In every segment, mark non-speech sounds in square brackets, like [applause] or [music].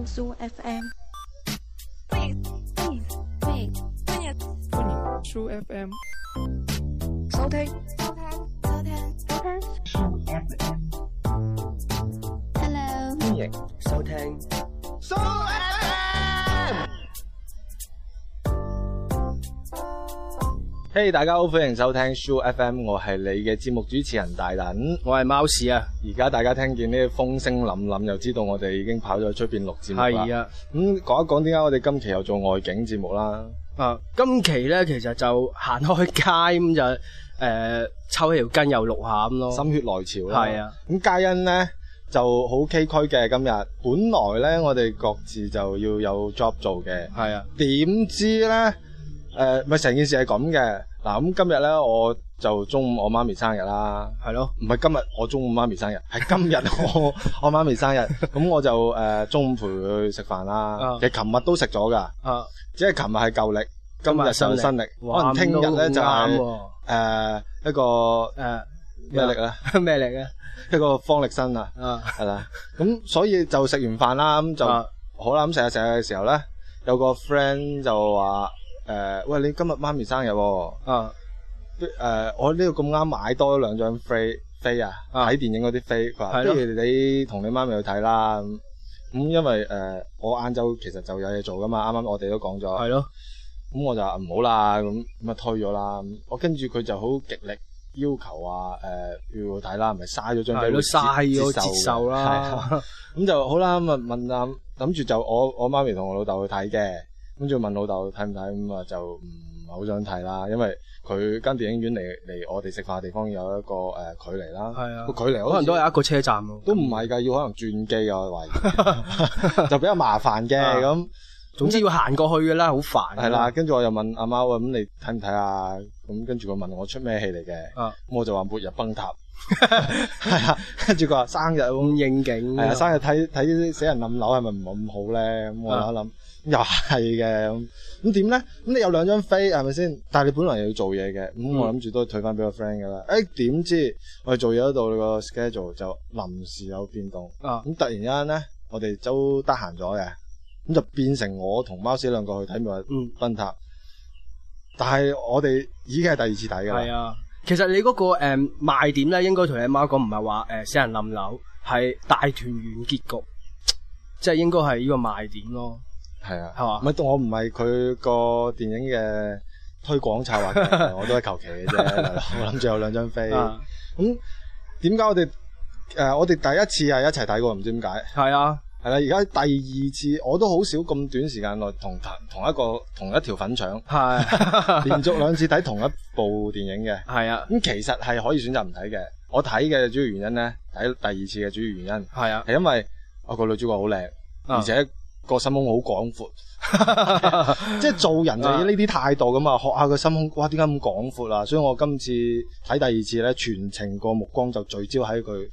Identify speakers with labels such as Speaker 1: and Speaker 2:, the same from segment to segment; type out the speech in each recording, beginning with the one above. Speaker 1: FM。
Speaker 2: True FM。
Speaker 3: 收聽，
Speaker 1: Hello，
Speaker 3: 歡迎收聽。
Speaker 4: 嘿大家好，歡迎收聽 Show FM，我係你嘅節目主持人大等。
Speaker 5: 我係貓屎啊，
Speaker 4: 而家大家聽見呢啲風聲凜凜，又知道我哋已經跑咗去出邊錄節目啦。
Speaker 5: 係啊，
Speaker 4: 咁講一講點解我哋今期又做外景節目啦？
Speaker 5: 啊，今期咧其實就行開街咁就誒、呃抽起條筋又錄下咁咯，
Speaker 4: 心血來潮啦。
Speaker 5: 哦係啊，
Speaker 4: 咁嘉欣呢就好崎嶇嘅今日，本來呢，我哋各自就要有 job 做嘅，
Speaker 5: 係啊，
Speaker 4: 點知呢？誒咪成件事係咁嘅。嗱，咁今日呢，我就中午我媽咪生日啦。
Speaker 5: 係咯，
Speaker 4: 唔係今日我中午媽咪生日，係今日
Speaker 5: [laughs]
Speaker 4: 我我媽咪生日，咁我就誒、呃中午陪佢食飯啦
Speaker 5: 啊。
Speaker 4: 其實琴日都食咗㗎，
Speaker 5: 啊，
Speaker 4: 只係琴日係舊力，今日
Speaker 5: 新
Speaker 4: 就
Speaker 5: 曆
Speaker 4: 新力，可
Speaker 5: 哇
Speaker 4: 能聽日咧就係、
Speaker 5: 咁
Speaker 4: 誒、
Speaker 5: 都啱
Speaker 4: 一個
Speaker 5: 喎
Speaker 4: 咩力啊
Speaker 5: 誒
Speaker 4: 咧，
Speaker 5: [laughs] 咩啊嚟嘅？
Speaker 4: 一個方力申啊，
Speaker 5: 啊
Speaker 4: 係啦。咁所以就食完飯啦，咁就、
Speaker 5: 啊
Speaker 4: 好啦。咁食下食下嘅時候咧，有個 friend 就話誒、呃喂，你今日媽咪生日喎、
Speaker 5: 啊
Speaker 4: 誒、我呢度咁啱買多兩張飛飛啊，
Speaker 5: 啊
Speaker 4: 睇電影嗰啲飛，佢話
Speaker 5: 係
Speaker 4: 不
Speaker 5: 咯
Speaker 4: 如你同你媽咪去睇啦咁。咁因為誒、呃我晏晝其實就有嘢做噶嘛，啱啱我哋都講咗，
Speaker 5: 係咯，
Speaker 4: 咁我就話唔好啦，咁咁啊推咗啦。咁我跟住佢就好極力要求話誒、呃要睇啦，唔係嘥咗張
Speaker 5: 係
Speaker 4: 飛會
Speaker 5: 咯，
Speaker 4: 折
Speaker 5: 嘥咗
Speaker 4: 折
Speaker 5: 接
Speaker 4: 壽
Speaker 5: 受
Speaker 4: 嘅係啊
Speaker 5: 啦，
Speaker 4: 咁就好啦，咁啊問啊，諗住就我我媽咪同我老豆去睇嘅，跟住問老豆睇唔睇，咁啊就唔係好想睇啦，因為佢間電影院離離我哋食飯嘅地方有一個誒、呃距離啦，
Speaker 5: 係啊
Speaker 4: 個距離
Speaker 5: [laughs] 可能都係一個車站咯，
Speaker 4: 都唔係㗎，要可能轉機啊，我
Speaker 5: [laughs]
Speaker 4: 懷疑就比較麻煩嘅
Speaker 5: 啊
Speaker 4: 咁。
Speaker 5: 總之要行過去嘅啦，好煩。
Speaker 4: 係啦，，跟住我又問阿媽喂，咁你睇唔睇啊？咁跟住佢問我出咩戲嚟嘅，咁
Speaker 5: 啊
Speaker 4: 我就話末日
Speaker 5: [laughs]
Speaker 4: 崩塌，係啊，跟住佢話生日喎
Speaker 5: 咁應景。
Speaker 4: 係啊，生日睇睇啲死人冧樓係咪唔係咁好咧？咁我
Speaker 5: 啊
Speaker 4: 諗一諗，又係嘅咁。咁點咧？咁你有兩張飛係咪先？但係你本來又要做嘢嘅，咁我諗住都退翻俾個 friend 㗎啦。誒點知我哋做嘢嗰度個 schedule 就臨時有變動，
Speaker 5: 啊
Speaker 4: 咁突然間咧，我哋都得閒咗嘅，咁就變成我同貓屎兩個去睇《末日
Speaker 5: 嗯
Speaker 4: 崩塌》，但係我哋已經係第二次睇㗎
Speaker 5: 係
Speaker 4: 啦，
Speaker 5: 啊，其實你嗰、個誒、賣點咧，應該同你阿媽講，唔係話誒死人冧樓，係大團圓結局，即係應該係呢個賣點咯。
Speaker 4: 係啊，
Speaker 5: 係嘛
Speaker 4: 唔係我唔係佢個電影嘅推廣策劃
Speaker 5: [laughs]
Speaker 4: 嘅，我都係求其嘅啫。我諗住有兩張飛，
Speaker 5: 啊，
Speaker 4: 咁點解我哋誒、呃我哋第一次係一齊睇過，唔知點解
Speaker 5: 係啊，
Speaker 4: 係啦。而家第二次我都好少咁短時間內同同一個同一條
Speaker 5: [laughs]
Speaker 4: 粉腸
Speaker 5: 係 [laughs]
Speaker 4: 連續兩次睇同一部電影嘅。
Speaker 5: 係啊，
Speaker 4: 咁其實係可以選擇唔睇嘅。我睇嘅主要原因咧，睇第二次嘅主要原因
Speaker 5: 係啊，
Speaker 4: 係因為我個女主角好靚，
Speaker 5: 啊
Speaker 4: 而且個心胸好廣闊。即係做人就要呢啲態度咁啊，學下個心胸，哇，點解咁廣闊啊？所以我今次睇第二次咧，全程個目光就聚焦喺佢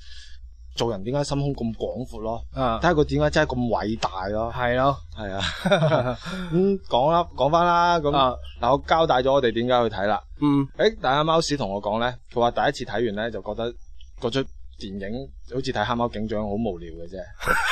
Speaker 4: 做人點解心胸咁廣闊咯，
Speaker 5: 啊 [laughs]
Speaker 4: 睇，下佢點解真係咁偉大咯，
Speaker 5: 係咯，
Speaker 4: 係啊，
Speaker 5: [laughs]
Speaker 4: 咁講啦，講翻啦，咁
Speaker 5: 啊，
Speaker 4: 嗱，我交代咗我哋點解去睇啦。
Speaker 5: 嗯，
Speaker 4: 誒，大家貓屎同我講咧，佢話第一次睇完咧就覺得嗰出電影好似睇《黑貓警長》好無聊嘅啫，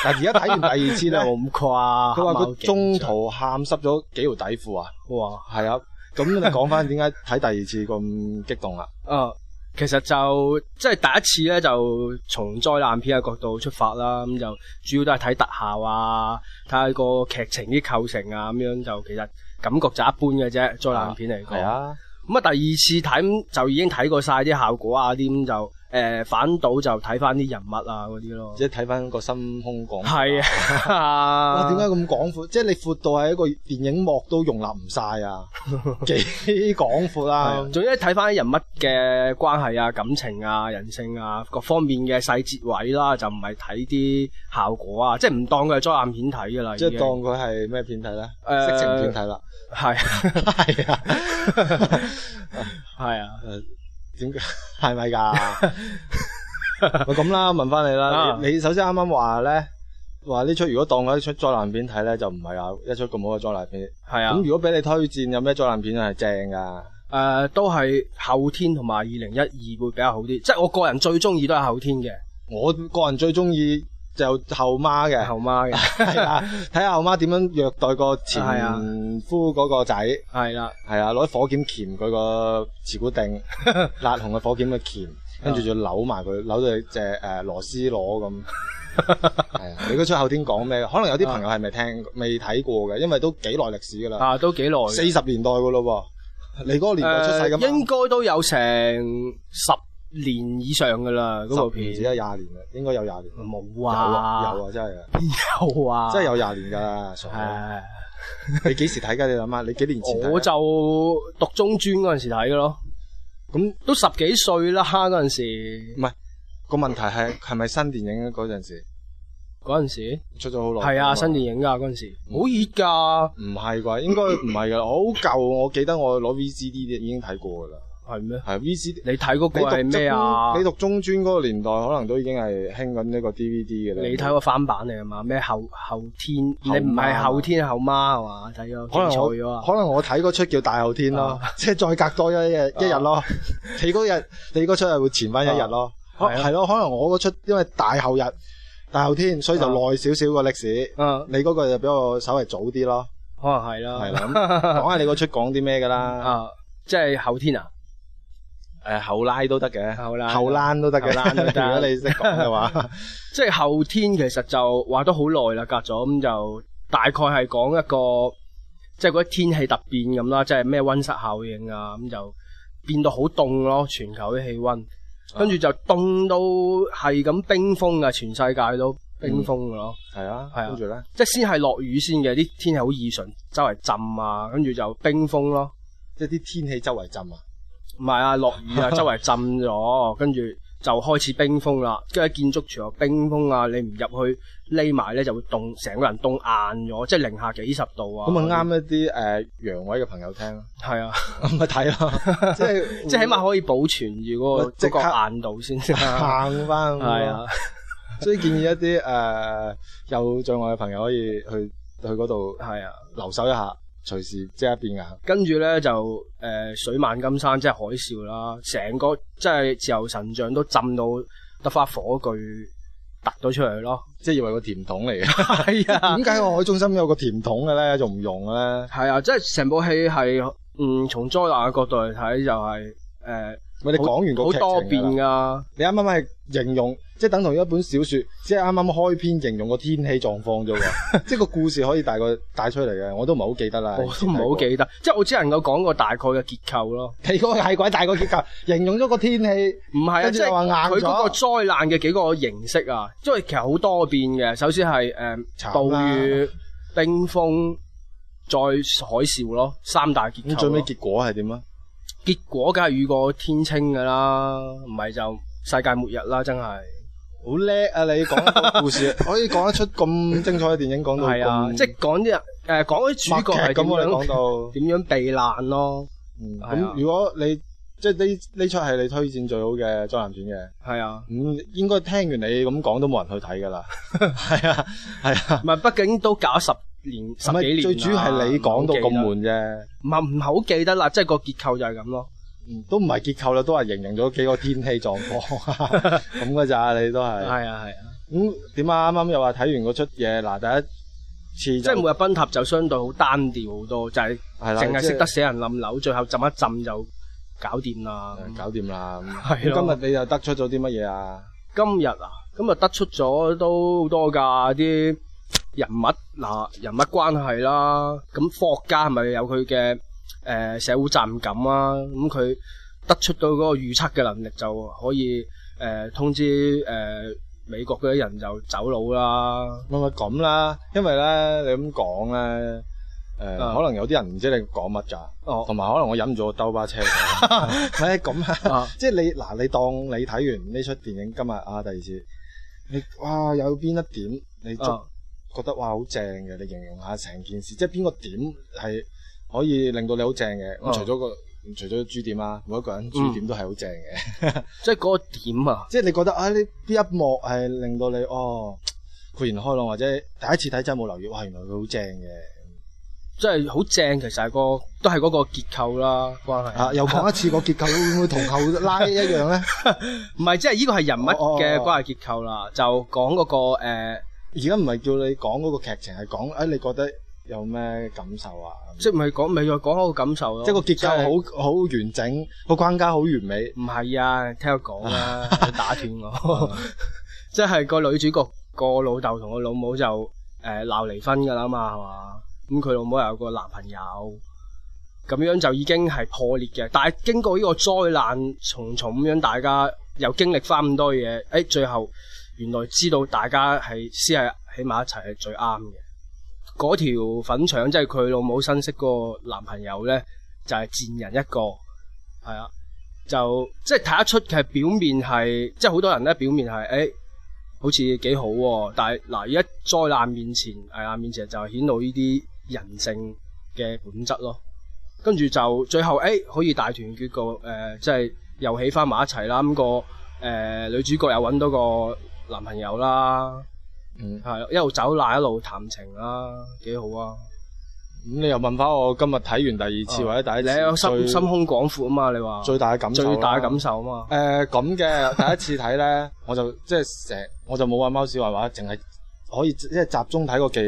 Speaker 4: 但係而家睇完第
Speaker 5: [laughs]
Speaker 4: 二次咧，我
Speaker 5: 咁誇，
Speaker 4: 佢話
Speaker 5: 黑貓
Speaker 4: 佢
Speaker 5: 警
Speaker 4: 中
Speaker 5: 長
Speaker 4: 途喊濕咗幾條底褲啊！
Speaker 5: 哇，
Speaker 4: 係啊，咁你講翻點解睇第二次咁激
Speaker 5: [laughs]
Speaker 4: 動啦？
Speaker 5: 啊。其實就即係第一次咧，就從災難片嘅角度出發啦，咁就主要都係睇特效啊，睇下個劇情啲構成啊，咁樣就其實感覺就一般嘅啫。災難片嚟講，
Speaker 4: 係啊，
Speaker 5: 咁啊，第二次睇咁就已經睇過晒啲效果啊，啲咁就誒、呃反倒就睇翻啲人物啊嗰啲咯。
Speaker 4: 即係睇翻個心胸廣。
Speaker 5: 係啊，
Speaker 4: 哇，點解咁廣闊？即係你闊到係一個電影幕都容納唔晒
Speaker 5: [laughs]
Speaker 4: 啊，幾廣闊啊！
Speaker 5: 總之睇翻啲人物嘅關係啊、感情啊、人性啊各方面嘅細節位啦，就唔係睇啲效果啊，即係唔當佢係災難片睇噶啦。
Speaker 4: 即係
Speaker 5: 已經
Speaker 4: 當佢係咩片睇咧？
Speaker 5: 啊誒
Speaker 4: 色情片睇
Speaker 5: [laughs]
Speaker 4: 啦。
Speaker 5: 係
Speaker 4: 係啊，
Speaker 5: [laughs] 係啊，
Speaker 4: 點解係咪
Speaker 5: [laughs]
Speaker 4: 㗎？喂，咁啦，問翻你啦
Speaker 5: 啊，
Speaker 4: 你你首先啱啱話咧，話呢出如果當佢一出災難片睇咧，就唔係啊一出咁好嘅災難片。
Speaker 5: 係啊。
Speaker 4: 咁
Speaker 5: 咁誒、
Speaker 4: 如果俾你推薦，有咩災難片啊係正㗎？
Speaker 5: 呃都係後天同埋二零一二會比較好啲，即係我個人最中意都係後天嘅。
Speaker 4: 我個人最中意就後媽嘅，
Speaker 5: [laughs] 后妈嘅，
Speaker 4: 係啦，睇下後媽點樣虐待個前
Speaker 5: 係啊
Speaker 4: 夫嗰個仔，
Speaker 5: 系啦，
Speaker 4: 係啊，攞火鉗鉗佢個持股
Speaker 5: [laughs]
Speaker 4: 定，辣紅個火鉗嘅鉗，跟住就扭埋佢，扭到隻誒螺絲
Speaker 5: [laughs]
Speaker 4: 螺咁。係啊，你嗰出後天講咩？可能有啲朋友係未聽、未睇過嘅，因為都幾耐歷史噶啦，
Speaker 5: 啊都几耐嘅，
Speaker 4: 四十年代噶咯喎，你嗰個年代出世噶
Speaker 5: 誒应
Speaker 4: 嘛？
Speaker 5: 该都有成十年以上噶啦，嗰部
Speaker 4: 十
Speaker 5: 片
Speaker 4: 年至咗啊廿年啦，應該有廿年。
Speaker 5: 冇
Speaker 4: 有啊，
Speaker 5: 啊，
Speaker 4: 有啊，真係啊，
Speaker 5: 有啊，
Speaker 4: 真係有廿年㗎，傻佬！
Speaker 5: 唉。
Speaker 4: 你幾時睇㗎？你諗下，你幾年前睇啊？
Speaker 5: 我就讀中專嗰陣時睇嘅咯，
Speaker 4: 咁
Speaker 5: 都十幾歲啦嗰陣時，
Speaker 4: 個問題係係咪新電影嗰陣時
Speaker 5: 嗰陣時
Speaker 4: 出咗好耐？
Speaker 5: 係啊嗯
Speaker 4: 咁
Speaker 5: 新電影㗎嗰陣時，好
Speaker 4: 唔係啩？應該唔係㗎，我好舊，我記得我攞 VCD 已經睇過㗎啦。
Speaker 5: 熱㗎，係咩？
Speaker 4: 係 VCD。
Speaker 5: 你睇嗰個
Speaker 4: 你讀
Speaker 5: 係咩啊
Speaker 4: 中？你讀中專嗰個年代，可能都已經係興緊呢個 DVD 嘅啦。
Speaker 5: 你睇個翻版嚟㗎嘛？咩後後天？
Speaker 4: 後媽
Speaker 5: 你唔係後天後媽係嘛？睇咗
Speaker 4: 可能
Speaker 5: 記
Speaker 4: 我
Speaker 5: 錯咗啊！
Speaker 4: 可能我睇嗰出叫《大後天》咯
Speaker 5: 啊，
Speaker 4: [laughs] 即係再隔多一日一日
Speaker 5: [laughs]
Speaker 4: 咯。你嗰日你嗰出係會前翻一日咯，可
Speaker 5: 係啊
Speaker 4: 係咯。可能我嗰出因為大後日、大後天，所以就
Speaker 5: 啊
Speaker 4: 耐少少個歷史。
Speaker 5: 嗯，
Speaker 4: 你嗰個就比我稍微早啲咯，
Speaker 5: 可能係啦。
Speaker 4: 係
Speaker 5: [laughs]
Speaker 4: 啦。咁講下你嗰出講啲咩㗎啦？
Speaker 5: 啊，即係後天啊，
Speaker 4: 誒後拉都得嘅，
Speaker 5: 後拉
Speaker 4: 後拉都得嘅，
Speaker 5: 後欄都得
Speaker 4: [laughs] 如果你識講
Speaker 5: [laughs]
Speaker 4: 嘅話，
Speaker 5: 即係後天其實就話都好耐啦，隔咗咁就大概係講一個即係嗰啲天氣突變咁啦，即係咩温室效應啊，咁就變到好凍咯，全球啲氣温，跟住就凍到係咁冰封啊，全世界都冰封嘅咯，
Speaker 4: 係啊，
Speaker 5: 係啊
Speaker 4: 跟住咧，
Speaker 5: 即係先係落雨先嘅，啲天氣好異常，周圍浸啊，跟住就冰封咯。
Speaker 4: 即係啲天氣周圍浸啊，
Speaker 5: 唔係啊，落雨啊，周圍浸咗，跟住就開始冰封啦。跟住建築全部冰封啊，你唔入去匿埋咧，就會凍，成個人凍硬咗，即係零下幾十度啊。
Speaker 4: 咁啊啱一啲誒陽位嘅朋友聽咯，
Speaker 5: 啱，係啊，
Speaker 4: 咁咪睇咯， [laughs] 即
Speaker 5: [laughs]
Speaker 4: 係
Speaker 5: 即係起碼可以保存住嗰
Speaker 4: 喂
Speaker 5: 個
Speaker 4: 即嗯刻
Speaker 5: 嗰
Speaker 4: 嗯
Speaker 5: 個硬度先。係
Speaker 4: 行翻，
Speaker 5: 啊，
Speaker 4: 所以建議一啲誒、呃有障礙嘅朋友可以去去嗰度
Speaker 5: 係啊。
Speaker 4: 留守一下，隨時即刻變硬。
Speaker 5: 跟住咧就誒、呃水漫金山，即係海嘯啦，成個即係自由神像都浸到得翻火炬突咗出嚟
Speaker 4: [laughs]
Speaker 5: 咯。
Speaker 4: 即係以為個甜筒
Speaker 5: [laughs]
Speaker 4: 嚟嘅，
Speaker 5: 係啊
Speaker 4: 點解我海中心有個甜筒嘅咧？仲唔用嘅咧？
Speaker 5: 系啊，即系成部戲係，嗯，從災難嘅角度嚟睇就係诶，
Speaker 4: 喂，你講完個
Speaker 5: 好
Speaker 4: 劇情
Speaker 5: 多
Speaker 4: 㗎啦
Speaker 5: 變噶，
Speaker 4: 你啱啱係形容，即係等同於一本小説，即係啱啱開篇形容個天氣狀況
Speaker 5: [laughs]
Speaker 4: 啫喎，即係個故事可以大概帶出嚟嘅，我都唔係好記得啦。
Speaker 5: 我都唔係好記得，即係我只能夠講個大概嘅結構咯。
Speaker 4: 你嗰個係鬼大個結構，形容咗個天氣，
Speaker 5: 唔係啊，
Speaker 4: 跟
Speaker 5: 即
Speaker 4: 住
Speaker 5: 係
Speaker 4: 又話硬
Speaker 5: 佢嗰個
Speaker 4: 咗，
Speaker 5: 災難嘅幾個形式啊，因為其實好多變嘅。首先係诶
Speaker 4: 慘
Speaker 5: 暴
Speaker 4: 啦
Speaker 5: 雨、冰封，再海嘯咯，三大結構
Speaker 4: 咁
Speaker 5: 咯。
Speaker 4: 最尾結果係點啊？
Speaker 5: 結果梗係雨過天青噶啦，唔係就世界末日啦，真係。
Speaker 4: 好叻啊！你講一個故事， [laughs] 可以講得出咁精彩嘅電影，講到
Speaker 5: 係啊，
Speaker 4: 咁
Speaker 5: 即係講啲诶讲啲
Speaker 4: 默
Speaker 5: 主角
Speaker 4: 劇
Speaker 5: 係點
Speaker 4: 咁，我哋
Speaker 5: 樣
Speaker 4: 講
Speaker 5: [laughs]
Speaker 4: 到。
Speaker 5: 點樣避難咯。
Speaker 4: 嗯
Speaker 5: 係啊
Speaker 4: 咁如果你即係呢呢出係你推薦最好嘅災難片嘅，
Speaker 5: [laughs] 係啊，
Speaker 4: 咁應該聽完你咁講都冇人去睇㗎啦。係啊，係啊。
Speaker 5: 唔係，畢竟都搞咗十年、十
Speaker 4: 唔係
Speaker 5: 幾年啦。
Speaker 4: 最主要係你講到咁
Speaker 5: 唔
Speaker 4: 悶啫，
Speaker 5: 係唔係好記得啦，即係個結構就係咁咯。
Speaker 4: 嗯都唔係結構啦，都係形容咗幾個天氣
Speaker 5: [laughs]
Speaker 4: 狀況咁嘅咋，你都係。
Speaker 5: 係啊係啊，
Speaker 4: 咁點啊？啱啱又話睇完嗰出嘢，嗱第一次
Speaker 5: 即
Speaker 4: 就
Speaker 5: 係每日奔塔就相對好單調好多，就係
Speaker 4: 係啦，
Speaker 5: 淨係
Speaker 4: 即
Speaker 5: 識得死人冧樓，最後浸一浸就搞掂啦。
Speaker 4: 誒搞掂啦。咁
Speaker 5: 係咯
Speaker 4: 咁今日你又得出咗啲乜嘢啊？
Speaker 5: 今日啊，咁啊得出咗都好多㗎啲人物嗱人物關係啦，咁科學家係咪有佢嘅誒社會責任感啊？咁佢得出到嗰個預測嘅能力就可以誒、呃通知誒、呃美國嗰啲人就走佬啦。
Speaker 4: 咪咪咁啦，因為咧你咁講咧，誒、
Speaker 5: 啊
Speaker 4: 可能有啲人唔知你講乜㗎，
Speaker 5: 哦，
Speaker 4: 同埋可能我飲咗兜巴車喎，
Speaker 5: [laughs]
Speaker 4: 係咁啊，
Speaker 5: 啊
Speaker 4: 即係你嗱，你當你睇完呢出電影今日啊第二次，你哇有邊一點你
Speaker 5: 啊
Speaker 4: 捉覺得哇好正嘅，你形容下成件事，即係邊個點係可以令到你好正嘅？咁、
Speaker 5: 啊嗯
Speaker 4: 除咗個除咗豬點啊，每一個人豬點都係好正嘅。
Speaker 5: 即係嗰個點啊，
Speaker 4: 即係你覺得啊，呢邊一幕係令到你哦豁然開朗，或者第一次睇真係冇留意，哇，原來佢好正嘅。
Speaker 5: 真係好正，其實係個都係嗰個結構啦關係。
Speaker 4: [laughs] 啊，又講一次個結構會唔會同後拉一樣咧？
Speaker 5: 唔係，即係呢個係人物嘅
Speaker 4: 哦哦哦
Speaker 5: 關係結構啦，就講嗰、個誒、呃
Speaker 4: 而家唔係叫你講嗰個劇情，係講誒你覺得有咩感受啊？
Speaker 5: 即係咪講咪又講嗰個感受咯？
Speaker 4: 即係個結
Speaker 5: 即係
Speaker 4: 構好好完整，個框架好完美。
Speaker 5: 唔係啊，聽我講啦，你打斷我。 [laughs] 即係個女主角個老豆同個老母就誒鬧離婚㗎啦嘛，係嘛？咁佢老母又有個男朋友，咁樣就已經係破裂嘅。但係經過呢個災難重重咁樣，大家又經歷翻咁多嘢，誒、最後原來知道大家係先係喺埋一齊係最啱嘅。嗰條粉腸即係佢老母新識嗰個男朋友呢，就係、賤人一個，係啊。就即係睇得出佢係表面係，即係好多人咧表面係，誒、好似幾好喎、但係嗱，而家災難面前，危難面前就係顯露呢啲人性嘅本質咯。跟住就最後，誒、可以大團結個誒、即係又起翻埋一齊啦。咁、個誒、女主角又揾到個男朋友啦，
Speaker 4: 嗯，
Speaker 5: 係一路走難一路談情啦，幾好啊！
Speaker 4: 嗯咁你又問翻我今日睇完第二次
Speaker 5: 啊
Speaker 4: 或者第一
Speaker 5: 你
Speaker 4: 次
Speaker 5: 有心
Speaker 4: 最
Speaker 5: 心胸廣闊啊嘛，你話
Speaker 4: 最大嘅感受啦，
Speaker 5: 最大嘅感受啊嘛， [laughs]
Speaker 4: 誒呃咁嘅，第一次睇咧， [laughs] 我就即係成，我就冇玩貓屎畫畫，淨係可以即係集中睇個技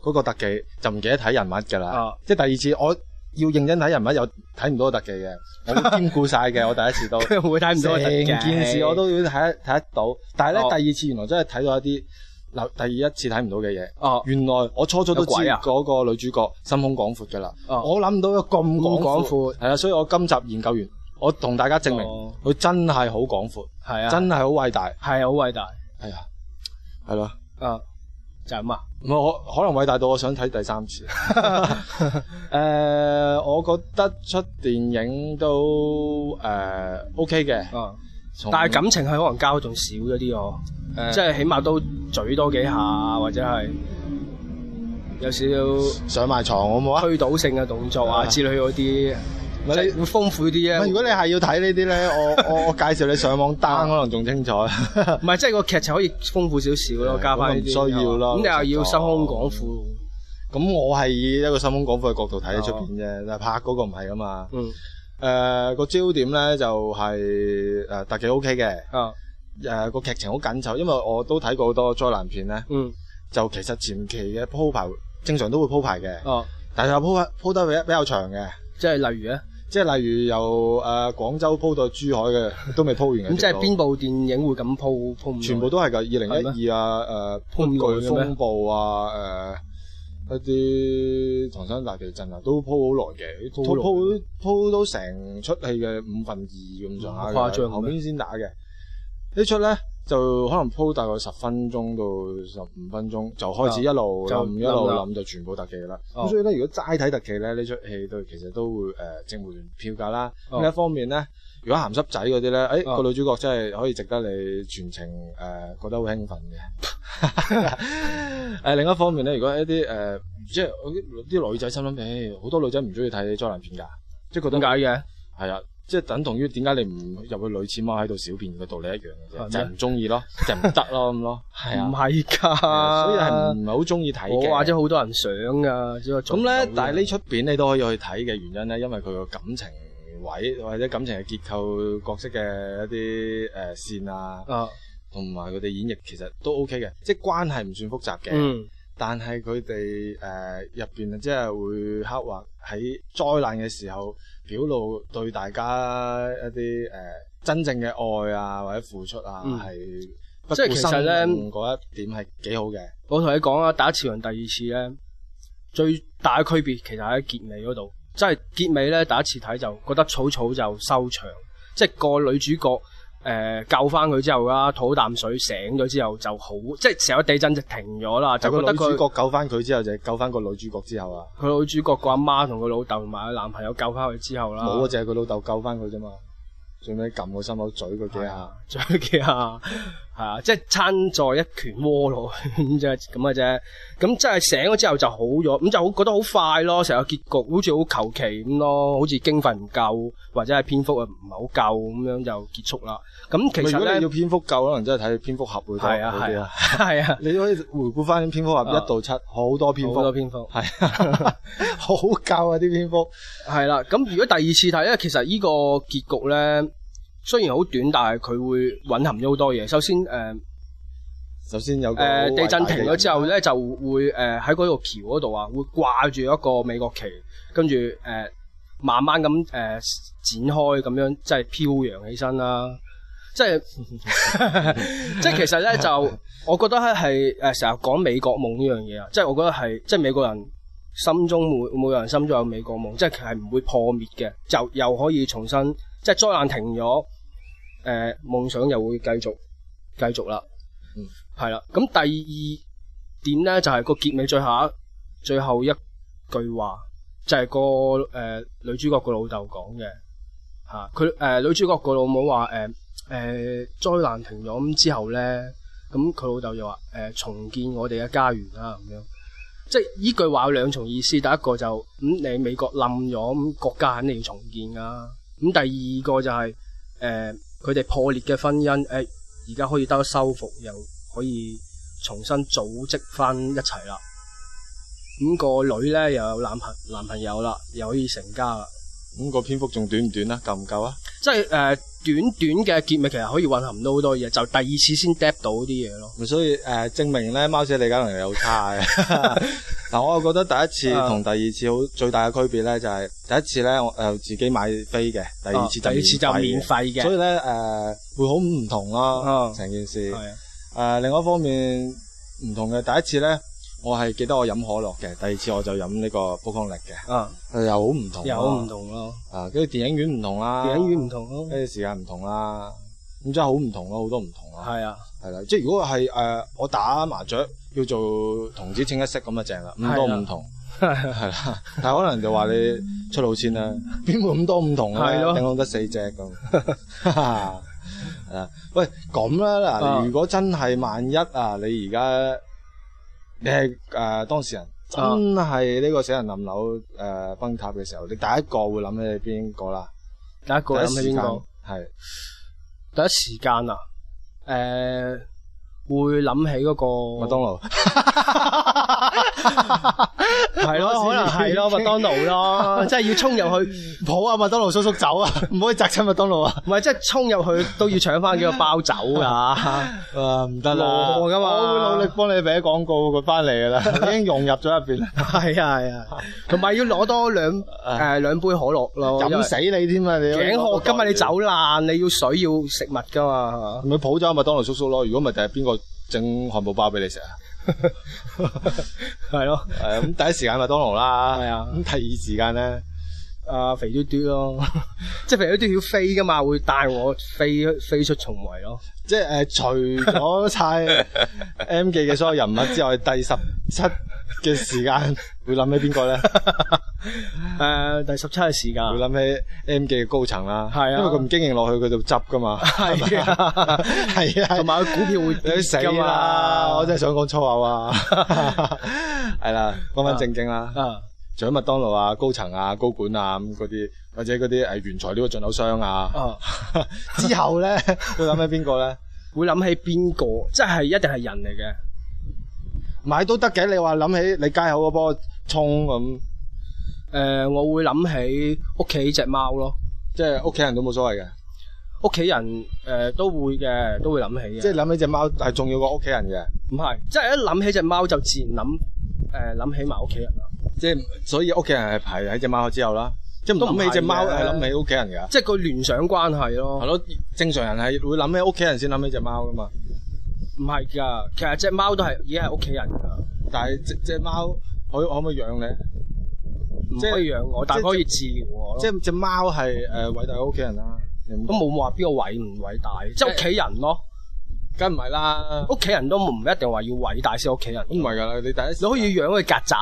Speaker 4: 嗰、個特技，就唔記得睇人物㗎啦。
Speaker 5: 啊
Speaker 4: 即係第二次我要認真睇人物，又睇唔到個特技嘅，我會兼顧晒
Speaker 5: [laughs]
Speaker 4: 嘅。我第一次都
Speaker 5: 佢會睇唔到我特技
Speaker 4: 成件事我都要睇得睇得到，但係咧、
Speaker 5: 哦
Speaker 4: 第二次原來真係睇到一啲嗱第二一次睇唔到嘅嘢。
Speaker 5: 哦。
Speaker 4: 原來我初初都知
Speaker 5: 有鬼啊
Speaker 4: 嗰個女主角心胸廣闊㗎啦，
Speaker 5: 哦
Speaker 4: 我諗唔到有咁
Speaker 5: 咁
Speaker 4: 廣
Speaker 5: 廣
Speaker 4: 闊
Speaker 5: 闊，
Speaker 4: 係啦，啊所以我今集研究完，我同大家證明
Speaker 5: 哦
Speaker 4: 佢真係好廣闊，
Speaker 5: 係啊，
Speaker 4: 真係好偉大，
Speaker 5: 係啊，好偉大
Speaker 4: 係啊，係咯，
Speaker 5: 啊，就係咁啊，
Speaker 4: [laughs] 唔係我可能偉大到我想睇第三
Speaker 5: [laughs]
Speaker 4: 次。誒、我覺得出電影都誒、OK 嘅，
Speaker 5: 啊，
Speaker 4: 從
Speaker 5: 但係感情係可能交仲少咗啲哦，
Speaker 4: 誒
Speaker 5: 即係起碼都嘴多幾下，或者係有少
Speaker 4: 上埋床好唔好
Speaker 5: 少
Speaker 4: 啊？
Speaker 5: 推倒性嘅動作
Speaker 4: 啊
Speaker 5: 啊之類嗰啲，
Speaker 4: 唔係
Speaker 5: 即
Speaker 4: 你
Speaker 5: 係會豐富啲
Speaker 4: 唔係
Speaker 5: 啊
Speaker 4: 如。果你係要睇呢啲咧，
Speaker 5: [laughs]
Speaker 4: 我我我介紹你上網 down 可能仲清楚。
Speaker 5: 唔係，即係個劇情可以豐富少少咯，
Speaker 4: 係
Speaker 5: 加翻呢啲。
Speaker 4: 咁唔需要啦
Speaker 5: 咁你又要
Speaker 4: 老實
Speaker 5: 心胸廣
Speaker 4: 講
Speaker 5: 闊，
Speaker 4: 咁我係以一個心胸廣闊嘅角度睇呢出
Speaker 5: 哦
Speaker 4: 片啫，但係拍嗰個唔係噶嘛。
Speaker 5: 嗯
Speaker 4: 誒個焦點咧就係誒特技 OK 嘅，
Speaker 5: 啊
Speaker 4: 誒個劇情好緊湊，因為我都睇過好多災難片咧，
Speaker 5: 嗯
Speaker 4: 就其實前期嘅鋪排正常都會鋪排嘅，
Speaker 5: 哦，
Speaker 4: 但係又鋪排鋪得比比較長嘅，
Speaker 5: 即係例如咧，
Speaker 4: 即係例如由誒廣州鋪到珠海嘅都未鋪完嘅。
Speaker 5: 咁即係
Speaker 4: 條路
Speaker 5: 邊部電影會咁鋪鋪唔到
Speaker 4: 全部都係㗎，二零一二啊，誒
Speaker 5: 鋪唔耐嘅
Speaker 4: 巨
Speaker 5: 咩
Speaker 4: 風暴啊，誒一啲唐山大地震啊，都鋪好耐嘅，
Speaker 5: 鋪
Speaker 4: 鋪
Speaker 5: 好耐
Speaker 4: 鋪鋪到成出戲嘅五分二咁上下
Speaker 5: 咁誇
Speaker 4: 嘅，
Speaker 5: 張嘅咩
Speaker 4: 後邊先打嘅。呢出咧就可能鋪大概十分鐘到十五分鐘，就開始
Speaker 5: 啊
Speaker 4: 一路
Speaker 5: 就
Speaker 4: 冧一路
Speaker 5: 冧啦
Speaker 4: 冧就全部特技啦。咁、
Speaker 5: 哦
Speaker 4: 所以咧，如果齋睇特技咧，呢出戲對其實都會誒、呃正回票價啦。
Speaker 5: 哦
Speaker 4: 咁、一方面咧，如果鹹濕仔嗰啲咧，誒、
Speaker 5: 哦
Speaker 4: 個女主角真係可以值得你全程誒、呃、覺得好興奮嘅。 [laughs] 誒、另一方面咧，如果一啲誒、呃即係啲女仔心諗，誒、好多女仔唔中意睇災難片㗎，即係覺得
Speaker 5: 點解嘅？
Speaker 4: 係啊，即係等同於點解你唔入去女廁踎喺度小便嘅道理一樣嘅啫，
Speaker 5: 係
Speaker 4: 就係
Speaker 5: 咩
Speaker 4: 唔中意咯，就係唔得咯咁咯，係
Speaker 5: 唔
Speaker 4: 啊，
Speaker 5: 係㗎，
Speaker 4: 所以係唔係好中意睇嘅。
Speaker 5: 我或者好多人想噶，只不過做
Speaker 4: 咁
Speaker 5: 唔到
Speaker 4: 咧
Speaker 5: 啫，
Speaker 4: 但係呢出片你都可以去睇嘅原因咧，因為佢個感情位或者感情嘅結構、角色嘅一啲誒、呃、線啊，
Speaker 5: 啊，
Speaker 4: 同埋佢哋演繹其實都 OK 嘅，即係關係唔算複雜嘅，
Speaker 5: 嗯
Speaker 4: 但係佢哋誒入邊即係會刻畫喺災難嘅時候表露對大家一啲誒、呃真正嘅愛啊或者付出啊
Speaker 5: 嗯
Speaker 4: 係、不
Speaker 5: 即係
Speaker 4: 顧
Speaker 5: 其實
Speaker 4: 生
Speaker 5: 咧
Speaker 4: 命嗰一點係幾好嘅，
Speaker 5: 我同你講啊，第一次同第二次咧，最大嘅區別其實喺結尾嗰度，即係結尾咧，第一次睇就覺得草草就收場，即係個女主角。誒、救翻佢之後啦，吐啖水醒咗之後就好，即係成個地震就停咗啦，就
Speaker 4: 就個
Speaker 5: 覺得
Speaker 4: 女主
Speaker 5: 佢
Speaker 4: 角救翻佢之後就係救翻個女主角之後啊。
Speaker 5: 佢女主角個阿媽同佢老豆同埋佢男朋友救翻佢之後啦，
Speaker 4: 冇啊，就係佢老豆救翻佢啫嘛。最尾撳個心口嘴佢幾
Speaker 5: 係
Speaker 4: 下
Speaker 5: 啊，，仲有幾下係啊，即係撐在一拳窩落去 [laughs] 咁啫，咁嘅啫。咁真係醒咗之後就好咗，咁就好覺得好快咯，成個結局好似好求其咁咯，好似經費唔夠或者係篇幅啊唔係好夠咁樣就結束啦。咁其
Speaker 4: 咪如
Speaker 5: 實
Speaker 4: 果你
Speaker 5: 咧
Speaker 4: 要，篇幅夠，可能真係睇蝙蝠俠會多
Speaker 5: 係啊
Speaker 4: 好
Speaker 5: 係
Speaker 4: 啲
Speaker 5: 啊
Speaker 4: 啊。
Speaker 5: [laughs] 係啊，
Speaker 4: 你可以回顧翻蝙蝠俠一到七，好多篇
Speaker 5: 好
Speaker 4: 幅，
Speaker 5: 多篇幅。
Speaker 4: 係啊， [laughs] 好夠啊啲蝙蝠。
Speaker 5: 係啦，咁如果第二次睇咧，其實呢個結局咧，雖然好短，但係佢會隱含咗好多嘢。首先，誒、誒、
Speaker 4: 首先有個
Speaker 5: 呃地震停咗之後咧，就會誒呃喺嗰度橋嗰度啊，會掛住一個美國旗，跟住誒慢慢咁誒、展開，咁樣即係飄揚起身啦。即係 [laughs] 即係其實咧，就我覺得咧係誒成日講美國夢呢樣嘢啊，即係我覺得係即係美國人心中每每個人心中有美國夢，即係佢係唔會破滅嘅，就又可以重新即係災難停咗，誒、呃夢想又會繼續繼續啦，
Speaker 4: 嗯，
Speaker 5: 係啦。咁第二點咧就係、個結尾最後一最後一句話就係、個誒、呃女主角個老豆講嘅嚇，佢、呃女主角個老母話誒誒災難停咗咁之後咧，咁佢老豆又話誒、呃重建我哋嘅家園啦咁樣。即係依句話有兩重意思，第一個就咁、你美國冧咗，咁國家肯定要重建噶。咁第二個就係、誒佢哋破裂嘅婚姻，誒而家可以得到修復，又可以重新組織翻一齊啦。咁、個女咧又有男朋男朋友啦，又可以成家啦。
Speaker 4: 咁個篇幅仲短唔短啊？夠唔夠啊？
Speaker 5: 即係誒、呃短短嘅結尾其實可以混含到好多嘢，就第二次先 d e p 到啲嘢咯。
Speaker 4: 咪所以誒、呃、證明咧，貓姐理解能力有差嘅。 [laughs] 嗱，我又覺得第一
Speaker 5: 啊
Speaker 4: 次同第二次好最大嘅區別咧，就係、第一次咧，我誒、呃自己買飛嘅，第二次
Speaker 5: 啊第二次就免
Speaker 4: 費
Speaker 5: 費
Speaker 4: 嘅，
Speaker 5: 嘅，
Speaker 4: 所以咧誒、呃、會好唔同咯
Speaker 5: 啊，
Speaker 4: 成、件事。誒、
Speaker 5: 係啊
Speaker 4: 另外一方面唔同嘅，第一次咧我係記得我飲可樂嘅，第二次我就飲呢個波康力嘅，
Speaker 5: 啊
Speaker 4: 呃又好唔同咯。
Speaker 5: 有唔同咯，
Speaker 4: 啊，跟住電影院唔同啦，
Speaker 5: 電影院唔同咯。
Speaker 4: 跟住時間唔同啦，咁真係好唔同咯，好多唔同咯。
Speaker 5: 系啊，
Speaker 4: 係啦，即係如果係誒、呃我打麻雀要做童子清一色咁啊正啦，
Speaker 5: 係啦
Speaker 4: 咁多唔同係啊啦，但係可能就話你出老千啦，邊會咁多唔同啊？
Speaker 5: 係咯
Speaker 4: 頂多得四隻咁。 [laughs] 係啦，喂，咁啦
Speaker 5: 啊
Speaker 4: 嗱，如果真係萬一啊，你而家你係誒、呃、當事人。真
Speaker 5: 啊
Speaker 4: 係呢個死人冧樓誒崩塌嘅時候，你第一個會諗起邊個啦？
Speaker 5: 第一個
Speaker 4: 第一
Speaker 5: 諗
Speaker 4: 時
Speaker 5: 起
Speaker 4: 間
Speaker 5: 邊個？
Speaker 4: 係
Speaker 5: 第一時間啊，誒、會諗起嗰、個
Speaker 4: 麥當勞。
Speaker 5: [laughs] 係咯，可能係咯，麥當勞 [laughs] 咯，即係要衝入去，
Speaker 4: 抱啊麥當勞叔叔走啊，唔可以砸親麥當勞啊！
Speaker 5: 唔係即係衝入去都要搶翻幾個包走㗎。
Speaker 4: [laughs] 啊唔得
Speaker 5: 啦
Speaker 4: 我噶嘛，
Speaker 5: 我會努力
Speaker 4: 幫你俾廣告佢翻
Speaker 5: [laughs]
Speaker 4: 嚟噶啦，已經融入咗入邊啦，
Speaker 5: 係啊係啊，同埋要攞多兩誒、兩杯可樂咯，因為
Speaker 4: 飲死你添啊！你
Speaker 5: 啊頸渴，今日你走爛，你要水要食物㗎嘛。
Speaker 4: 咪抱咗麥當勞叔叔咯？如果唔係，第日邊個整漢堡包俾你食啊？ [laughs]
Speaker 5: 係咯，
Speaker 4: 誒咁第一時間麥當勞啦，
Speaker 5: 係啊
Speaker 4: 咁第二時間咧，
Speaker 5: 啊肥嘟嘟咯，即係肥嘟嘟要飛㗎嘛，會帶我飛飛出重圍 [laughs] 咯。
Speaker 4: 即係誒除
Speaker 5: [laughs]
Speaker 4: 咗晒 M 記嘅所有人物之外，第十七嘅時間會諗起邊個咧？
Speaker 5: 誒、第十七嘅時間
Speaker 4: 會諗起 M 記嘅高層啦，
Speaker 5: 係啊
Speaker 4: 因為佢唔經營落去，佢就執噶嘛，
Speaker 5: 係啊，
Speaker 4: 係啊，
Speaker 5: 同埋佢股票會
Speaker 4: 你
Speaker 5: 跌
Speaker 4: 都死
Speaker 5: 㗎嘛
Speaker 4: 啦！我真係想講粗口啊！係啦，講翻正經啦，
Speaker 5: 啊，
Speaker 4: 除咗麥當勞啊、高層啊、高管啊咁嗰啲，或者嗰啲誒原材料嘅進口商啊，
Speaker 5: 啊，
Speaker 4: [laughs] 之後咧會諗起邊個咧？
Speaker 5: 會諗起邊個？即係一定係人嚟嘅。
Speaker 4: 買都得嘅，你話諗起你街口嗰波葱咁，
Speaker 5: 誒、呃我會諗起屋企只貓咯。
Speaker 4: 即係屋企人都冇所謂嘅，
Speaker 5: 屋企人誒、都會嘅，都會諗起嘅。
Speaker 4: 即
Speaker 5: 即
Speaker 4: 係諗起只貓係重要過屋企人嘅，
Speaker 5: 唔係？即係一諗起只貓就自然諗誒諗起埋屋企人啦。
Speaker 4: 即係所以屋企人係排喺只貓之後啦，即係唔
Speaker 5: 都唔
Speaker 4: 諗起只貓
Speaker 5: 係嘅
Speaker 4: 係諗起屋企人㗎。
Speaker 5: 即係個聯想關係
Speaker 4: 係
Speaker 5: 咯。
Speaker 4: 咯，正常人係會諗起屋企人先諗起只貓㗎嘛。
Speaker 5: 唔係㗎，其實只貓都係已經係屋企人㗎，
Speaker 4: 但係只只貓可可唔可以養咧？
Speaker 5: 唔
Speaker 4: 即係
Speaker 5: 可以養我，但係
Speaker 4: 即係
Speaker 5: 可以治療我咯。
Speaker 4: 即係只貓係誒偉大嘅屋企人啦，
Speaker 5: 都
Speaker 4: 咁
Speaker 5: 冇話邊個偉唔偉大，即係屋企人咯。
Speaker 4: 梗唔係啦，
Speaker 5: 屋企人都唔一定話要偉大先屋企人。
Speaker 4: 唔係㗎啦，你第一
Speaker 5: 你可以養佢曱甴，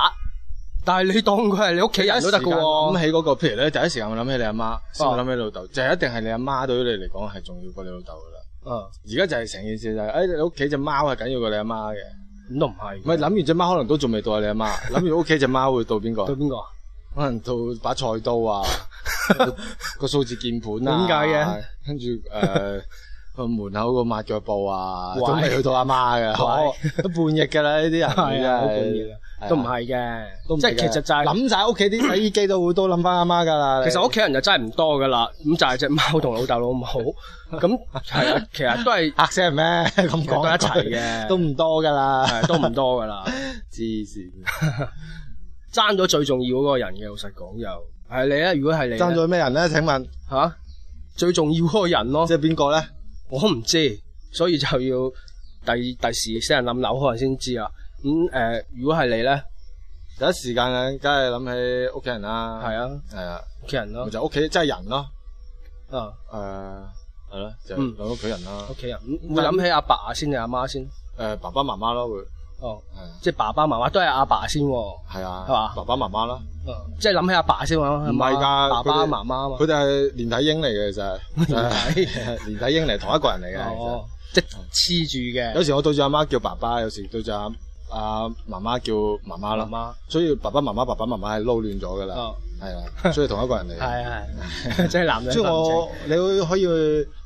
Speaker 5: 但係你當佢係你屋企人都得啊哦
Speaker 4: 嘅
Speaker 5: 噶喎
Speaker 4: 諗。起嗰個，譬如咧，第一時間會諗起你阿媽，先會諗起老豆，就係一定係你阿媽對於你嚟講係重要過你老豆㗎啦。
Speaker 5: 啊，
Speaker 4: 而家就係成件事就係、哎你屋企只貓係緊要過你阿媽嘅，
Speaker 5: 咁都唔係
Speaker 4: 唔係諗完只貓可能都仲未到你阿媽，諗住屋企只貓會到邊個？
Speaker 5: 對邊個啊？
Speaker 4: 可能到把菜刀
Speaker 5: [laughs]
Speaker 4: 啊，個數字鍵盤
Speaker 5: 點
Speaker 4: 啊，
Speaker 5: 解嘅？
Speaker 4: 跟住誒個門口個抹腳布啊，
Speaker 5: 喂
Speaker 4: 都未去到阿媽嘅，
Speaker 5: 喂
Speaker 4: 哦都半日㗎啦，呢啲人
Speaker 5: 係啊，好半
Speaker 4: 真係
Speaker 5: 夜啊，都唔係
Speaker 4: 都
Speaker 5: 嘅，
Speaker 4: 唔
Speaker 5: 即
Speaker 4: 係
Speaker 5: 係
Speaker 4: 嘅
Speaker 5: 其實就係
Speaker 4: 諗晒屋企啲洗衣機都會都諗翻阿媽㗎啦。
Speaker 5: 其實屋企人就真係唔多噶啦，咁就係只貓同老豆老
Speaker 4: [laughs]
Speaker 5: 母，咁係啊，其實都係
Speaker 4: 嚇死
Speaker 5: [laughs]
Speaker 4: 人咩？咁講
Speaker 5: 都一齊嘅
Speaker 4: 都唔多㗎啦。
Speaker 5: 係都唔多噶啦，
Speaker 4: 黐線，
Speaker 5: 爭咗最重要嗰個人嘅，老實講又係你啊咧，如果係你呢
Speaker 4: 爭咗咩人咧？請問
Speaker 5: 吓最重要嗰個人咯
Speaker 4: 即，係邊個咧？
Speaker 5: 我唔知，所以就要 [laughs] 第第時先人冧樓可能先知啦。咁誒，如果係你咧，
Speaker 4: 第一時間咧，梗係諗起屋企人啦。
Speaker 5: 係啊，
Speaker 4: 係啊，
Speaker 5: 屋企人咯
Speaker 4: 咪，就屋企即係人咯。
Speaker 5: 啊
Speaker 4: 誒係咯，就
Speaker 5: 嗯
Speaker 4: 兩屋企人啦
Speaker 5: 屋。企人，咁會諗起阿爸先定阿媽先？
Speaker 4: 誒呃爸爸媽媽咯會
Speaker 5: 哦，
Speaker 4: 係啊
Speaker 5: 即係爸爸媽媽都係阿爸先喎，
Speaker 4: 係啊，
Speaker 5: 係嘛
Speaker 4: 爸爸媽媽啦，
Speaker 5: 啊即係諗起阿爸先喎，唔
Speaker 4: 唔係㗎
Speaker 5: 爸爸
Speaker 4: 佢哋
Speaker 5: 媽媽啊嘛。
Speaker 4: 佢哋係連體嬰嚟嘅其
Speaker 5: [laughs]
Speaker 4: 實，
Speaker 5: 連
Speaker 4: [laughs] 連體嬰嚟同一個人嚟嘅。其實
Speaker 5: 哦，即係黐住嘅。
Speaker 4: 啊有時我對住阿媽叫爸爸，有時對住阿阿媽媽叫媽媽啦。
Speaker 5: 媽
Speaker 4: 所以爸爸媽媽、爸爸媽媽係撈亂咗㗎啦，
Speaker 5: 哦，
Speaker 4: 係啊，所以同一個人
Speaker 5: [laughs]
Speaker 4: 嚟
Speaker 5: 係
Speaker 4: 嘅。
Speaker 5: 係， [laughs] 即係男人。
Speaker 4: 所以我你會可以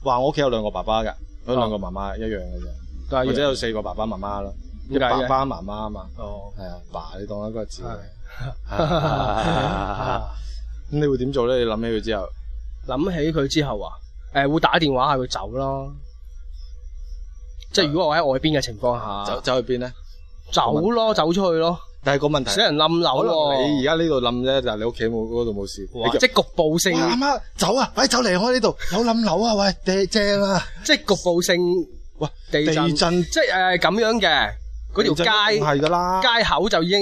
Speaker 4: 話我屋企有兩個爸爸㗎，有兩個媽媽一樣嘅啫，
Speaker 5: 哦都係啊
Speaker 4: 或者有四個爸爸媽媽啦，
Speaker 5: 點解嘅
Speaker 4: 爸爸媽媽啊嘛，
Speaker 5: 哦，
Speaker 4: 係啊，爸你當一個字。 [laughs]
Speaker 5: 係 [laughs] 啊
Speaker 4: 咁你會點做咧？你諗起佢之後，
Speaker 5: 諗起佢之後啊，誒會打電話嗌佢走咯。即係如果我喺外邊嘅情況
Speaker 4: 走
Speaker 5: 下，
Speaker 4: 走去邊咧？
Speaker 5: 走咯，走出去咯，
Speaker 4: 但係個問題，
Speaker 5: 死人冧樓
Speaker 4: 可
Speaker 5: 咯。
Speaker 4: 能你而家呢度冧啫，但係你屋企冇嗰度冇事。
Speaker 5: 哇
Speaker 4: 你
Speaker 5: 即係局部性
Speaker 4: 叫，哇阿媽走啊！喂，走離開呢度，有冧樓啊！喂，地正啊！
Speaker 5: 即係局部性
Speaker 4: 哇，
Speaker 5: 地
Speaker 4: 地
Speaker 5: 震，
Speaker 4: 震
Speaker 5: 即係誒呃咁樣嘅嗰條街
Speaker 4: 係㗎啦，
Speaker 5: 街口就已經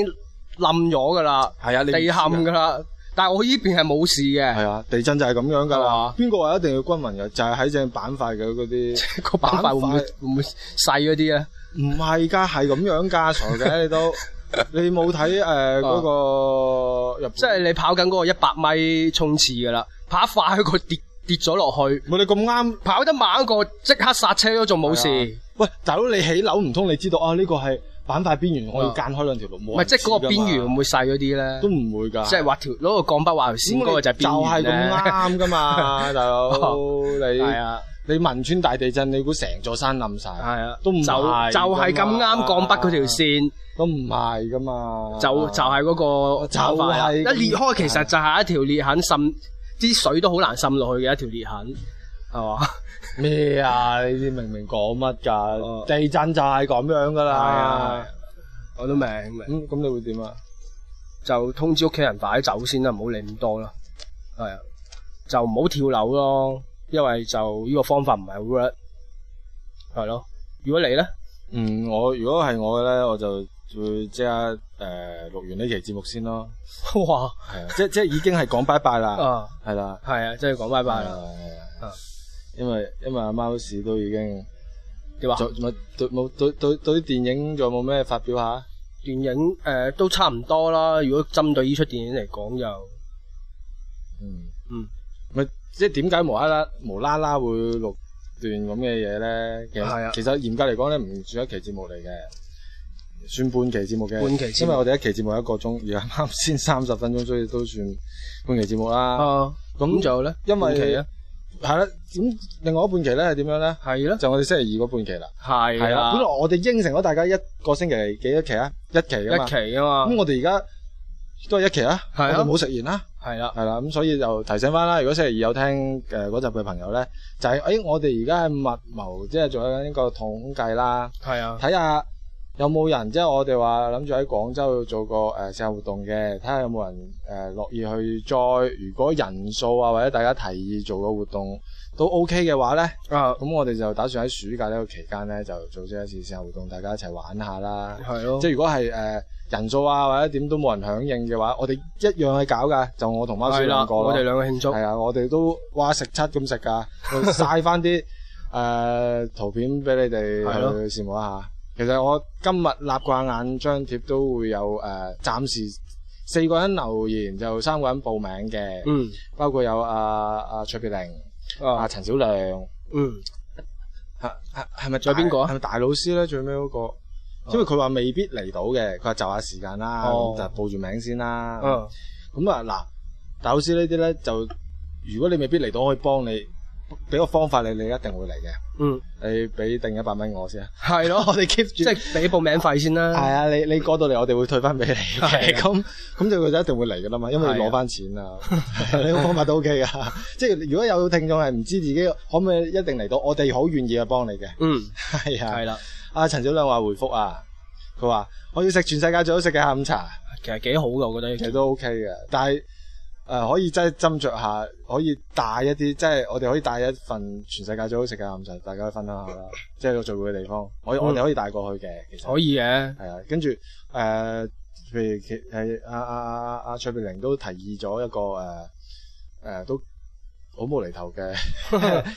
Speaker 5: 冧咗噶啦，
Speaker 4: 係啊，你
Speaker 5: 地
Speaker 4: 唔知㗎
Speaker 5: 陷噶啦。但係我呢邊係冇事嘅，
Speaker 4: 係啊，地震就係咁樣㗎
Speaker 5: 係嘛
Speaker 4: 啦。邊個話一定要均勻嘅？就係喺正板塊嘅嗰
Speaker 5: [laughs]
Speaker 4: 啲，
Speaker 5: 個板塊會唔會
Speaker 4: 板塊
Speaker 5: 會唔會細嗰啲啊咧？
Speaker 4: 唔係㗎，係咁樣㗎，傻
Speaker 5: [laughs]
Speaker 4: 嘅你都，你冇睇誒嗰個日本，
Speaker 5: 即係你跑緊嗰個一百米衝刺噶啦，跑得快嗰個跌跌咗落去，
Speaker 4: 冇你咁啱。
Speaker 5: 跑得慢嗰個即刻剎車都仲冇事，
Speaker 4: 係啊喂，大佬你起樓唔通你知道啊？呢個係板塊邊緣，我要間開兩條路，
Speaker 5: 啊唔
Speaker 4: 冇
Speaker 5: 係
Speaker 4: 人
Speaker 5: 即係嗰個
Speaker 4: 知㗎
Speaker 5: 邊
Speaker 4: 嘛
Speaker 5: 緣會唔會細嗰
Speaker 4: 都
Speaker 5: 啲咧？
Speaker 4: 唔會㗎，
Speaker 5: 即係畫條攞個鋼筆畫條線嗰個就係邊緣
Speaker 4: 就係咁
Speaker 5: 咧。
Speaker 4: 啱㗎嘛，
Speaker 5: [laughs]
Speaker 4: 大佬
Speaker 5: 係
Speaker 4: 你
Speaker 5: 啊，
Speaker 4: 你汶川大地震，你估成座山冧晒？
Speaker 5: 係啊，
Speaker 4: 都唔
Speaker 5: 就就
Speaker 4: 係
Speaker 5: 係咁
Speaker 4: 㗎嘛
Speaker 5: 啱鋼筆嗰條線，
Speaker 4: 都唔係㗎嘛，
Speaker 5: 就哦就係嗰個
Speaker 4: 就
Speaker 5: 板塊啦
Speaker 4: 係咁
Speaker 5: 一裂開，其實就係一條裂痕滲啲水都好難滲落去嘅一條裂痕，係嘛？
Speaker 4: 咩啊？你啲明明講乜
Speaker 5: 哦
Speaker 4: 㗎？地震就係咁樣㗎
Speaker 5: 係啊
Speaker 4: 啦。，
Speaker 5: [laughs] 我都明明。
Speaker 4: 咁咁你會點啊？
Speaker 5: 就通知屋企人快啲走先啦，唔好理咁多啦。係啊，就唔好跳樓咯，因為就呢個方法唔係好 work。係咯，如果你咧，
Speaker 4: 嗯，我如果係我嘅咧，我就會即刻誒錄完呢期節目先咯。
Speaker 5: [laughs] 哇
Speaker 4: 係啊，即即已經係講拜拜啦，
Speaker 5: 啊，
Speaker 4: 係啦，
Speaker 5: 係啊，真係講拜拜啦。
Speaker 4: 係
Speaker 5: 啊
Speaker 4: 啊。因為因為阿貓屎都已經
Speaker 5: 你話
Speaker 4: 仲咪對冇對對對啲電影仲有冇咩發表下？
Speaker 5: 電影誒、呃都差唔多啦。如果針對呢出電影嚟講，就
Speaker 4: 嗯
Speaker 5: 嗯，
Speaker 4: 咪即係點解無啦啦無啦啦會錄段咁嘅嘢咧？其
Speaker 5: 係啊
Speaker 4: 實其實嚴格嚟講咧，唔算一期節目嚟嘅，算半期節目嘅。
Speaker 5: 半期節目
Speaker 4: 因為我哋一期節目一個鐘，而家啱先三十分鐘，所以都算半期節目啦。
Speaker 5: 啊咁就咧，
Speaker 4: 因
Speaker 5: 半
Speaker 4: 為
Speaker 5: 期咧
Speaker 4: 係啦，咁另外一半期咧係點樣咧？
Speaker 5: 係啦，
Speaker 4: 就我哋星期二嗰半期啦。
Speaker 5: 係
Speaker 4: 啦，本來
Speaker 5: 啦，
Speaker 4: 我哋應承咗大家一個星期幾多期啊？一期啊嘛
Speaker 5: 一。期啊嘛
Speaker 4: 咁，我哋而家都係一期啊，我
Speaker 5: 係啊
Speaker 4: 哋冇食言啦。
Speaker 5: 係啦，
Speaker 4: 係啦，咁所以就提醒翻啦，如果星期二有聽誒嗰集嘅朋友咧，就係、誒、我哋而家係密謀，即係做緊一個統計啦，
Speaker 5: 係啊，
Speaker 4: 睇下有冇人即係我哋話諗住喺廣州做個誒、呃、社交活動嘅，睇下有冇人誒、呃、樂意去 join。如果人數啊或者大家提議做個活動都 OK 嘅話咧，
Speaker 5: 啊
Speaker 4: 咁我哋就打算喺暑假呢個期間咧就組織一次社交活動，大家一齊玩下啦。
Speaker 5: 係咯
Speaker 4: 即，係如果係誒、呃人數啊或者點都冇人響應嘅話，我哋一樣去搞㗎，就我同貓
Speaker 5: 係
Speaker 4: 少兩
Speaker 5: 啦，
Speaker 4: 個
Speaker 5: 我
Speaker 4: 咯
Speaker 5: 哋。兩個慶祝
Speaker 4: 係啊，我哋都哇食七咁食啊㗎，晒翻啲誒圖片俾你哋
Speaker 5: 係咯
Speaker 4: 去羨慕一下。其實我今日立掛眼張貼都會有誒、呃，暫時四個人留言就三個人報名嘅，
Speaker 5: 嗯
Speaker 4: 包括有阿阿、啊、卓別玲、阿、
Speaker 5: 啊
Speaker 4: 陳小亮、
Speaker 5: 嗯
Speaker 4: 係係係咪
Speaker 5: 仲有邊個啊
Speaker 4: 大係咪大老師咧？最尾嗰個，因為佢話未必嚟到嘅，佢話就下時間啦，
Speaker 5: 哦
Speaker 4: 咁就報住名先啦。
Speaker 5: 嗯，
Speaker 4: 咁啊嗱，大老師呢啲咧就，如果你未必嚟到，我可以幫你俾個方法你，你一定會嚟嘅。
Speaker 5: 嗯，
Speaker 4: 你俾定一百蚊我先啊，
Speaker 5: 係 [laughs] 咯，
Speaker 4: 我哋 keep
Speaker 5: 即
Speaker 4: 住。
Speaker 5: 係俾報名費先
Speaker 4: 系
Speaker 5: 啦。
Speaker 4: 啊，你你過到嚟，我哋會退翻俾你嘅。
Speaker 5: 係啊
Speaker 4: [laughs] 咁咁就佢就一定會嚟噶啦嘛，因為要
Speaker 5: 係啊
Speaker 4: 攞翻錢 [laughs] 啊。呢個方法都 OK 噶。即係如果有聽眾係唔知自己可唔可以一定嚟到，我哋好願意去幫你嘅。
Speaker 5: 嗯，
Speaker 4: 係啊
Speaker 5: 係。啦，
Speaker 4: 阿陳小亮話回覆啊，佢話我要食全世界最好食嘅下午茶，
Speaker 5: 其實幾好噶，我覺得
Speaker 4: 其。實都 OK 嘅，但係誒、呃可以真係斟酌下，可以帶一啲，即係我哋可以帶一份全世界最好食嘅下午茶，大家去分享下啦，即係個聚會嘅地方，我我哋可以帶過去嘅，其實
Speaker 5: 可以嘅，
Speaker 4: 係啊，跟住誒。呃譬如其係阿阿阿阿卓別玲都提議咗一個誒誒、呃都好無厘
Speaker 5: [laughs]
Speaker 4: 頭嘅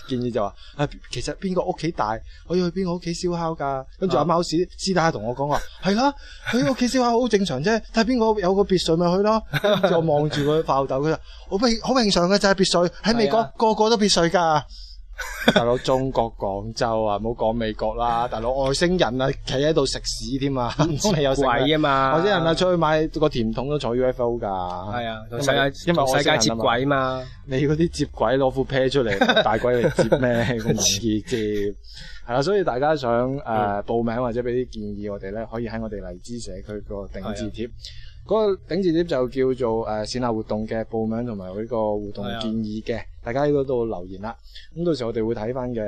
Speaker 4: 建議就話啊，其實邊個屋企大，我要去邊個屋企燒烤㗎。跟住阿
Speaker 5: 啊
Speaker 4: 貓屎私底下同我講話，係啦，佢屋企燒烤好正常啫，但係邊個有個別墅咪去咯。跟住我望住佢爆豆，佢話好平好平常嘅就係別墅，喺美國
Speaker 5: 係啊
Speaker 4: 個個都別墅㗎。大佬，中國廣州啊，唔好講美國 [laughs] 啦，大佬外星人啊，企喺度食屎添啊， [laughs] 唔通你有食咩
Speaker 5: 貴啊嘛，
Speaker 4: 外星人啊，出去買個甜筒都坐 UFO 㗎。
Speaker 5: 係啊，
Speaker 4: 因
Speaker 5: 同
Speaker 4: 為
Speaker 5: 世界
Speaker 4: 因為
Speaker 5: 同世界
Speaker 4: 外
Speaker 5: 接
Speaker 4: 星人啊嘛
Speaker 5: 軌嘛，
Speaker 4: 你嗰啲接軌攞副 pair
Speaker 5: [laughs]
Speaker 4: 出嚟，大鬼嚟接咩？咁唔易接。係啦，所以大家想誒、
Speaker 5: 嗯
Speaker 4: 呃報名或者俾啲建議我哋咧，可以喺我哋荔枝社區個頂字
Speaker 5: 啊
Speaker 4: 貼。嗰個頂字貼就叫做誒、呃、線下活動嘅報名同埋呢個互動
Speaker 5: 係啊
Speaker 4: 建議嘅，大家喺嗰度留言啦。咁到時我哋會睇翻嘅，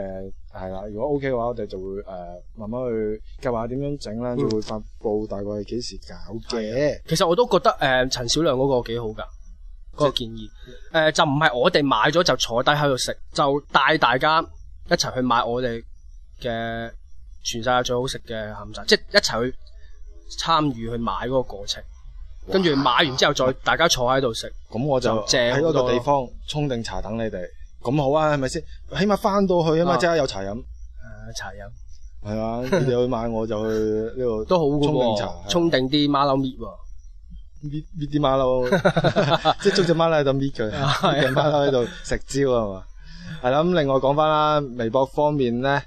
Speaker 4: 係啦。如果 OK 嘅話，我哋就會誒、呃慢慢去計劃點樣整啦，
Speaker 5: 嗯啊
Speaker 4: 就會發布大概係幾時搞嘅。
Speaker 5: 其實我都覺得诶、呃、陈小亮嗰個幾好㗎，嗰、個建議诶、呃就唔係我哋買咗就坐低喺度食，就帶大家一齊去買我哋嘅全世界最好食嘅下午茶，即係一齊去參與去買嗰個過程，跟住買完之後再大家坐喺度食，
Speaker 4: 咁我就
Speaker 5: 就正
Speaker 4: 喺嗰
Speaker 5: 好多
Speaker 4: 個
Speaker 5: 咯
Speaker 4: 地方沖定茶等你哋，咁好啊，係咪先？起碼翻到去啊嘛，
Speaker 5: 啊
Speaker 4: 即刻有茶飲，
Speaker 5: 诶呃茶飲
Speaker 4: 係啊，
Speaker 5: [laughs]
Speaker 4: 你哋去買我就去呢度
Speaker 5: 都好
Speaker 4: 沖定茶
Speaker 5: 嘅，喎，，沖定啲馬騮搣喎。
Speaker 4: 搣搣啲馬
Speaker 5: [laughs]
Speaker 4: 騮，即係捉只馬騮喺度搣佢，
Speaker 5: 啊係啊
Speaker 4: 搣隻馬騮喺度食蕉啊嘛。係啦，咁另外講翻啦，微博方面咧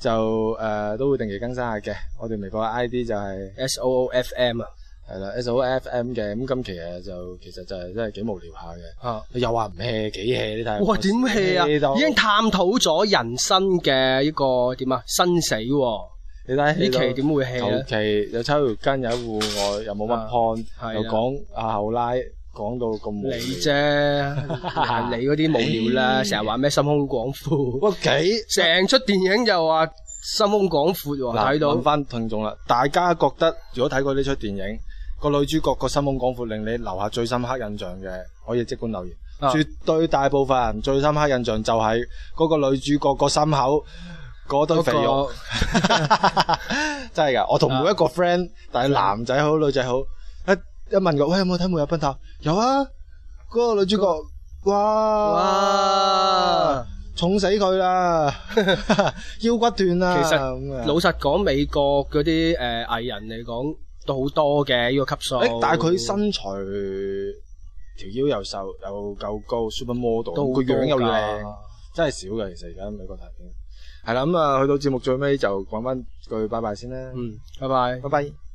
Speaker 4: 就誒都會定期更新下嘅，我哋微博嘅 I D 就係
Speaker 5: S O O F M 啊，
Speaker 4: 係啦 S O F M 嘅，咁今期誒就其實就係真係幾無聊下嘅。
Speaker 5: 啊，
Speaker 4: 又話唔 hea 幾 hea 你睇下，
Speaker 5: 哇，點 hea
Speaker 4: 氣到
Speaker 5: 啊？已經探討咗人生嘅一個點啊，生死喎、
Speaker 4: 你睇下
Speaker 5: 呢
Speaker 4: 氣到
Speaker 5: 期點會 hea
Speaker 4: 求
Speaker 5: 咧？
Speaker 4: 其又抽條筋，又喺户外，又冇乜
Speaker 5: 啊
Speaker 4: point，
Speaker 5: 係
Speaker 4: 又
Speaker 5: 啦
Speaker 4: 講阿後拉講到咁無
Speaker 5: 你
Speaker 4: 聊
Speaker 5: 啫，係你嗰啲無聊
Speaker 4: [laughs]
Speaker 5: 啦，成日話咩心胸廣闊，
Speaker 4: 哇幾
Speaker 5: 成出電影又話心胸廣闊喎，睇
Speaker 4: 問
Speaker 5: 到
Speaker 4: 翻聽眾啦，大家覺得如果睇過呢出電影，個女主角個心胸廣闊，令你留下最深刻印象嘅，可以即管留言。
Speaker 5: 啊
Speaker 4: 絕對大部分人最深刻印象就係嗰個女主角個心口嗰堆
Speaker 5: 嗰
Speaker 4: 肥肉。
Speaker 5: 個
Speaker 4: [laughs] 真係㗎，我同每一個 friend，但係男仔好女仔好，一一問佢喂有冇睇《每日奔頭》，有啊，嗰、個女主角，哇
Speaker 5: 哇！
Speaker 4: 重死佢
Speaker 5: [laughs]
Speaker 4: 啦， [laughs] 腰骨斷啦，
Speaker 5: 其實
Speaker 4: 咁啊
Speaker 5: 老實講，美國嗰啲誒藝人嚟講都好多嘅呢個級數
Speaker 4: 誒，，但係佢身材條腰又瘦又夠高，super model，
Speaker 5: 都好
Speaker 4: 個樣又
Speaker 5: 多㗎
Speaker 4: 靚，真係少嘅。其實而家美國睇片係啦，咁啊去到節目最尾就講翻句拜拜先啦，
Speaker 5: 嗯，拜拜。
Speaker 4: 拜拜。